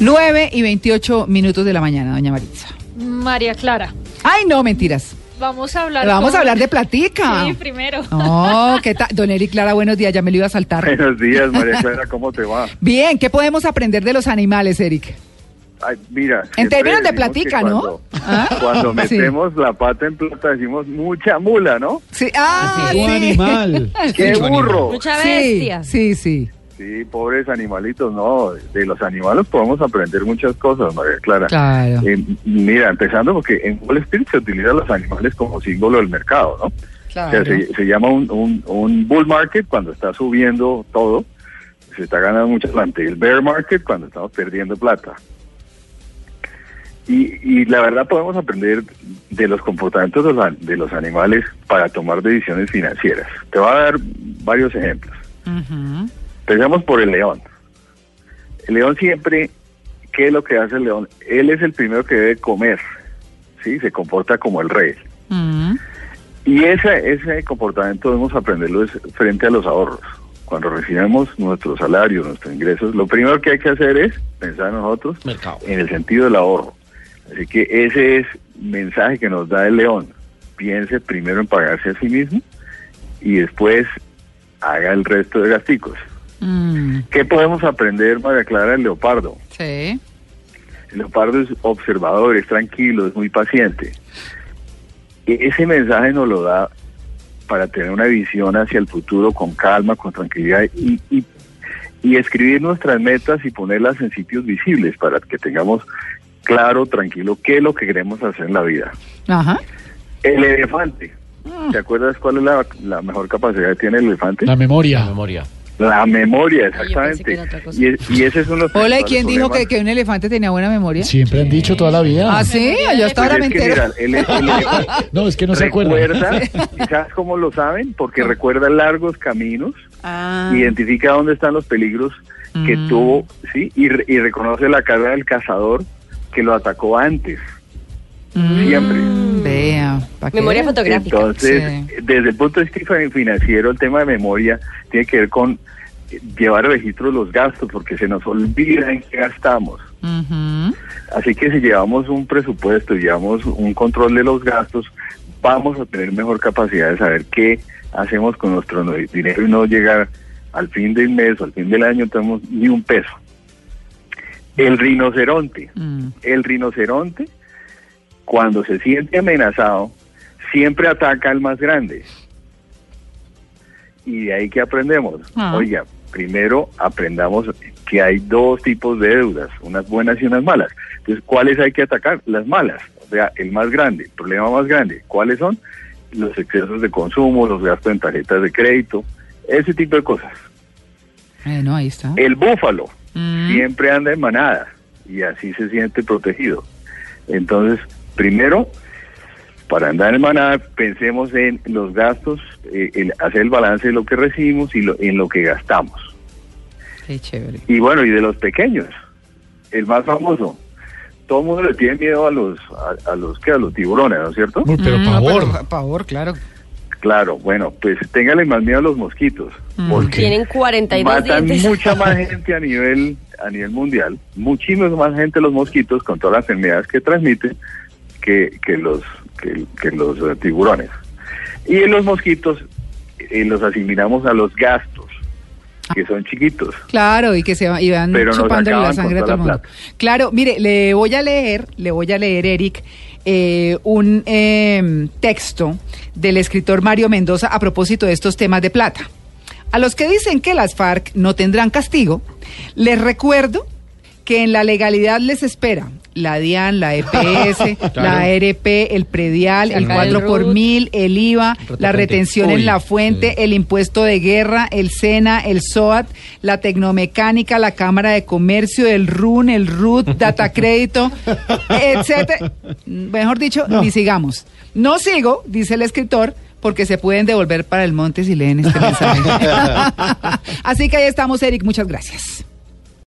9 y 28 minutos de la mañana, doña Maritza. María Clara. Ay, no, mentiras. Vamos a hablar. Vamos con- a hablar de platica. Sí, primero. No, ¿qué tal? Don Eric Clara, buenos días, ya me lo iba a saltar. Buenos días, María Clara, ¿cómo te va? Bien, ¿qué podemos aprender de los animales, Eric? Ay, mira. En siempre términos de decimos que platica, ¿no? cuando- ¿Ah? Cuando Sí. metemos la pata en plata decimos mucha mula, ¿no? Sí, ah, Qué sí. animal. ¡Qué Mucho animal. burro! Mucha Sí, bestia. Sí, sí, Sí, pobres animalitos, no. De los animales podemos aprender muchas cosas, María Clara. claro. Eh, mira, empezando porque en Wall Street se utilizan los animales como símbolo del mercado, ¿no? O sea, claro. se, se llama un, un, un bull market cuando está subiendo todo, se está ganando mucha plata, y el bear market cuando estamos perdiendo plata. Y, y la verdad podemos aprender de los comportamientos de los, an- de los animales para tomar decisiones financieras. Te voy a dar varios ejemplos. Ujú. Empezamos por el león. El león siempre, ¿qué es lo que hace el león? Él es el primero que debe comer, ¿sí? Se comporta como el rey. Mm. Y ese, ese comportamiento debemos aprenderlo es frente a los ahorros. Cuando recibimos nuestros salarios, nuestros ingresos, lo primero que hay que hacer es pensar nosotros Mercado. en el sentido del ahorro. Así que ese es el mensaje que nos da el león. Piense primero en pagarse a sí mismo y después haga el resto de gasticos. Mm. ¿Qué podemos aprender, María Clara, del leopardo? Sí. El leopardo es observador, es tranquilo, es muy paciente. E- Ese mensaje nos lo da para tener una visión hacia el futuro con calma, con tranquilidad y, y- y escribir nuestras metas y ponerlas en sitios visibles para que tengamos claro, tranquilo, qué es lo que queremos hacer en la vida. Ajá. El elefante. Ah. ¿Te acuerdas cuál es la, la mejor capacidad que tiene el elefante? La memoria. La memoria. La memoria, Ay, yo pensé que exactamente. era otra cosa. Y, es- y ese es uno de los Hola, ¿y principales quién dijo problemas. que, que un elefante tenía buena memoria? Siempre han dicho toda la vida. Ah, sí, Memoria yo de hasta ahora Pues me es que, entero. mira, el- el elefante- No, es que no se acuerda. recuerda, ¿y ¿sabes cómo lo saben? Porque recuerda largos caminos, Ah. identifica dónde están los peligros que Mm. tuvo, ¿sí? Y, re- y reconoce la cara del cazador que lo atacó antes. Mm, siempre. Vea. ¿pa' qué? Memoria fotográfica. Entonces, Sí. desde el punto de vista financiero, el tema de memoria tiene que ver con eh, llevar registro de los gastos, porque se nos olvida en qué gastamos. Ujú. Así que si llevamos un presupuesto, llevamos un control de los gastos, vamos a tener mejor capacidad de saber qué hacemos con nuestro no- dinero y no llegar al fin del mes o al fin del año no tenemos ni un peso. El rinoceronte. Mm. El rinoceronte, cuando se siente amenazado, siempre ataca al más grande. Y de ahí que aprendemos. Ah. Oiga, primero aprendamos que hay dos tipos de deudas, unas buenas y unas malas. Entonces, ¿cuáles hay que atacar? Las malas, o sea, el más grande, el problema más grande. ¿Cuáles son? Los excesos de consumo, los gastos en tarjetas de crédito, ese tipo de cosas. Bueno, ahí está. El búfalo, Mm. siempre anda en manada y así se siente protegido. Entonces, primero, para andar en manada, pensemos en los gastos, eh, en hacer el balance de lo que recibimos y lo- en lo que gastamos. Qué chévere. Y bueno, y de los pequeños, el más famoso. Todo el mundo le tiene miedo a los, a, a los que a los tiburones, ¿no es cierto? Uy, pero Mm, no, pavor. pero pa- pavor, claro. Claro, bueno, pues téngale más miedo a los mosquitos, Mm. porque Tienen 42 matan dientes. mucha más gente a nivel a nivel mundial, muchísima más gente los mosquitos con todas las enfermedades que transmiten que, que los que, que los eh, tiburones. Y en los mosquitos eh, los asimilamos a los gastos, que son chiquitos. Claro, y que se va- y van Pero nos chupándole la acaban con sangre a todo toda el la mundo. Claro, mire, le voy a leer, le voy a leer, Eric, eh, un eh, texto del escritor Mario Mendoza a propósito de estos temas de plata. A los que dicen que las FARC no tendrán castigo, les recuerdo que en la legalidad les espera la DIAN, la EPS, la ARP, el predial, el Sacar el 4 por RUT. mil, el IVA, la Retocante. retención en Uy. la fuente, el impuesto de guerra, el SENA, el SOAT, la tecnomecánica, la Cámara de Comercio, el RUN, el RUT, Data Crédito, etcétera. Mejor dicho, ni sigamos. No sigo, dice el escritor, porque se pueden devolver para el monte si leen este mensaje. Así que ahí estamos, Eric. Muchas gracias.